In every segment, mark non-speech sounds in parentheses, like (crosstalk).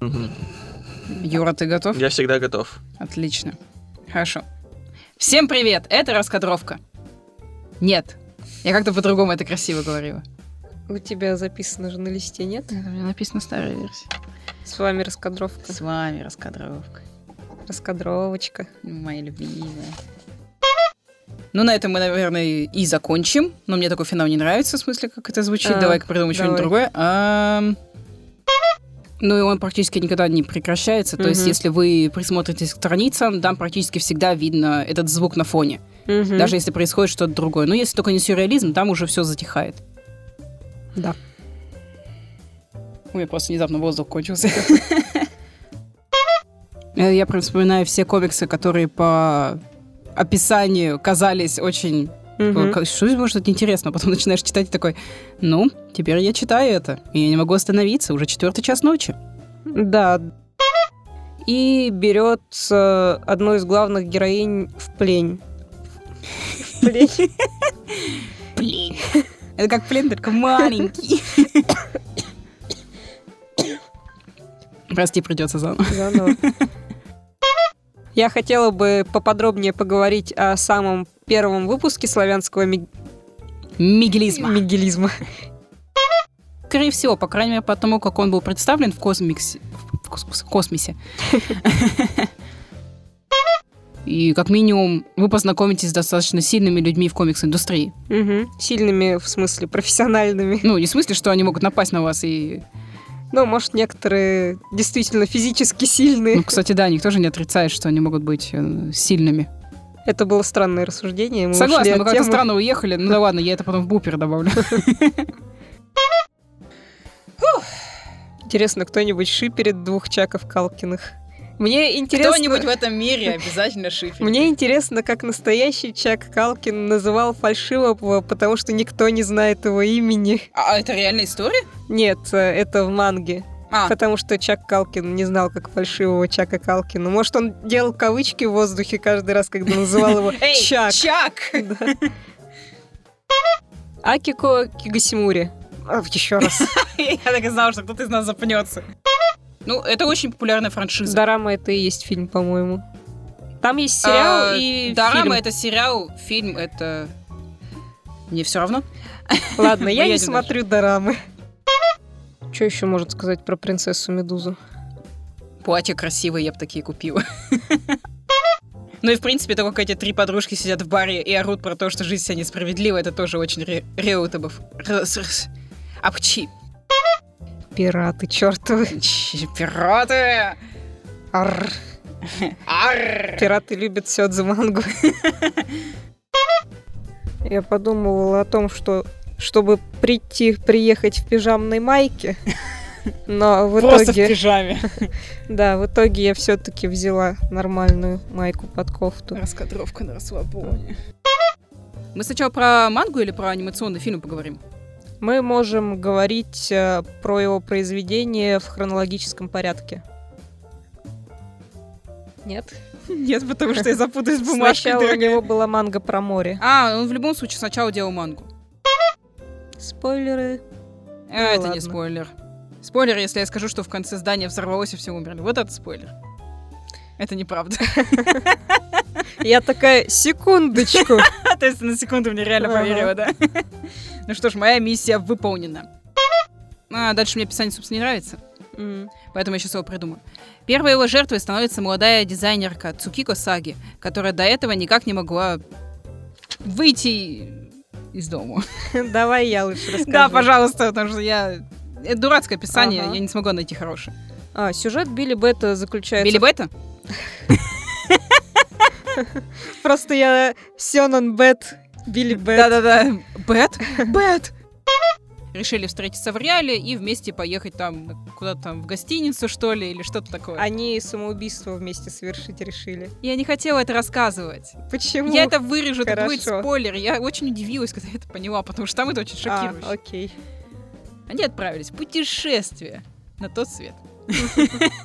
Мгм. Юра, ты готов? Я всегда готов. Отлично. Хорошо. Всем привет! Это раскадровка. Нет. Я как-то по-другому это красиво говорила. У тебя записано же на листе, нет? Это у меня написано старая версия. С вами раскадровка. С вами раскадровка. Раскадровочка. Моя любимая. Ну, на этом мы, наверное, и закончим. Но мне такой финал не нравится, в смысле, как это звучит. А, Давай-ка придумаем что-нибудь давай. другое. Ам. Ну, и он практически никогда не прекращается. То есть, Мгм. если вы присмотритесь к страницам, там практически всегда видно этот звук на фоне. Мгм. даже если происходит что-то другое. Но если только не сюрреализм, там уже все затихает. Да. У меня просто недавно воздух кончился. (laughs) Э, Я прям вспоминаю все комиксы, которые по описанию казались очень... Мгм. как- Что же может это интересно? Потом (laughs) начинаешь читать и такой, ну, теперь я читаю это, и я не могу остановиться, уже четвертый час ночи. Да. И берет э, одну из главных героинь в плень. В плень. Блин. (laughs) Это как плен, только маленький. (coughs) Прости, придется заново. Заново. (laughs) Я хотела бы поподробнее поговорить о самом первом выпуске славянского ми- Мигелизма. мигелизма. Скорее всего, по крайней мере, потому как он был представлен в космиксе. В кос- космосе. (laughs) И как минимум вы познакомитесь с достаточно сильными людьми в комикс-индустрии. Мгм. Сильными, в смысле, профессиональными. Ну, не в смысле, что они могут напасть на вас и... Ну, может, некоторые действительно физически Ну, сильные. кстати, да, никто же не отрицает, что они могут быть э, сильными. Это было странное рассуждение. мы ушли Согласна, от мы как-то темы. странно уехали. Ну да ладно, я это потом в бупер добавлю. Интересно, кто-нибудь шиперит двух чаков Калкиных? Мне интересно... этом мире обязательно шифер. Мне интересно, как настоящий Чак Калкин называл фальшивого, потому что никто не знает его имени. А это реальная история? Нет, э, это в манге. А, Потому что Чак Калкин не знал, как фальшивого Чака Калкина. Может, он делал кавычки в воздухе каждый раз, когда (laughs) называл его Чак. Чак! (laughs) (laughs) Да. Акико Кигасимури. А, Еще раз. Я так и знала, что кто-то из нас запнется. Ну, это очень популярная франшиза. Дорама это и есть фильм, по-моему. Там есть сериал А, и Дорама фильм. это сериал, фильм это... Мне все равно. Ладно, Ну, я не Поедем смотрю дорамы. Что еще может сказать про принцессу Медузу? Платья красивые, я бы такие купила. (laughs) Ну и, в принципе, то, как эти три подружки сидят в баре и орут про то, что жизнь вся несправедлива, это тоже очень ре- реутабов. Рс- рс. Апчи. Пираты чертовы. Ч- Пираты! Арр. Арр! Пираты любят все от мангу. (laughs) Я подумывала о том, что чтобы прийти, приехать в пижамной майке, но в Просто в итоге, пижаме. да, в итоге я все-таки взяла нормальную майку под кофту. Раскадровка на расслабоне. Мы сначала про мангу или про анимационный фильм поговорим? Мы можем говорить э, про его произведение в хронологическом порядке. Нет. (laughs) Нет, потому что я запутаюсь в бумажке. Сначала у дорогая. него была манга про море. А, он в любом случае сначала делал мангу. Спойлеры. Э, это не ладно. спойлер. Спойлер, если я скажу, что в конце здания взорвалось и все умерли. Вот это спойлер. Это неправда. (laughs) Я такая, (laughs) секундочку. То есть на секунду мне реально Ага. поверила, да? (laughs) Ну что ж, моя миссия выполнена. А, дальше мне описание, собственно, не нравится. М, Поэтому я сейчас его придумаю. Первой его жертвой становится молодая дизайнерка Цукико Саги, которая до этого никак не могла выйти из дома. (laughs) Давай я лучше расскажу. Да, пожалуйста, потому что я... Это дурацкое описание, Ага. я не смогла найти хорошее. А, сюжет Билли Бета заключается... Билли Бетта? Просто я Сёнон Бет, (laughs) Билли Бет. Да-да-да. Бет? (laughs) Бет! Решили встретиться в реале и вместе поехать там куда-то там в гостиницу, что ли, или что-то такое. Они самоубийство вместе совершить решили. А Я не хотела это рассказывать. Почему? Я это вырежу, это хорошо. будет спойлер. Я очень удивилась, когда я это поняла, потому что там это очень (laughs) А, шокирующе. окей. Они отправились в путешествие на тот свет. (laughs)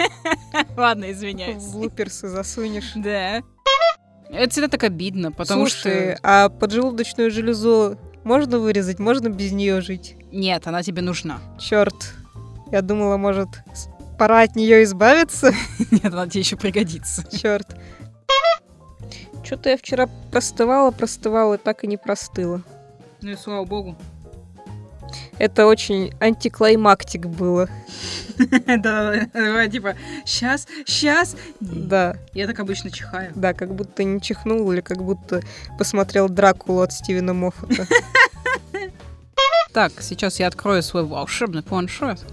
Ладно, извиняюсь. В луперсы засунешь. Да. Это всегда так обидно, потому что... Слушай, а поджелудочную железу можно вырезать, можно без нее жить? Нет, она тебе нужна. (laughs) Черт. Я думала, может, с- пора от нее избавиться. Нет, она тебе еще пригодится. Черт. Что-то я вчера простывала, простывала, и так и не простыла. Ну и слава богу. Это очень антиклаймактик было. (laughs) Да, типа, сейчас, сейчас. Да, Я так обычно чихаю. да, как будто не чихнул или как будто посмотрел Дракулу от Стивена Моффата. Так, сейчас я открою свой волшебный планшет.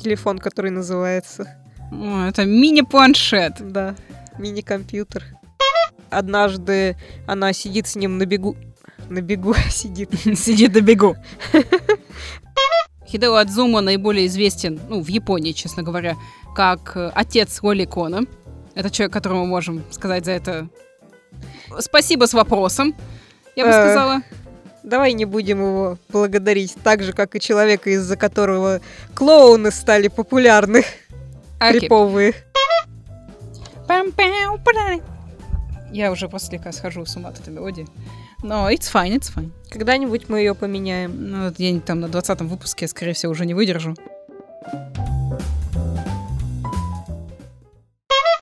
Телефон, который называется. О, это мини-планшет. Да, мини-компьютер. Однажды она сидит с ним на бегу... На бегу (laughs) сидит. (laughs) Сидит на бегу. Хидео Адзума наиболее известен, ну, в Японии, честно говоря, как э, отец Лоли Кона. Это человек, которому можем сказать за это спасибо с вопросом, я бы Э. сказала. Давай не будем его благодарить, так же, как и человека, из-за которого клоуны стали популярны, Окей. криповые. Пам-пам-пам. Я уже просто слегка схожу с ума от этой мелодии. Но it's fine, it's fine. Когда-нибудь мы ее поменяем. Ну, вот я не- там на 20 выпуске, скорее всего, уже не выдержу.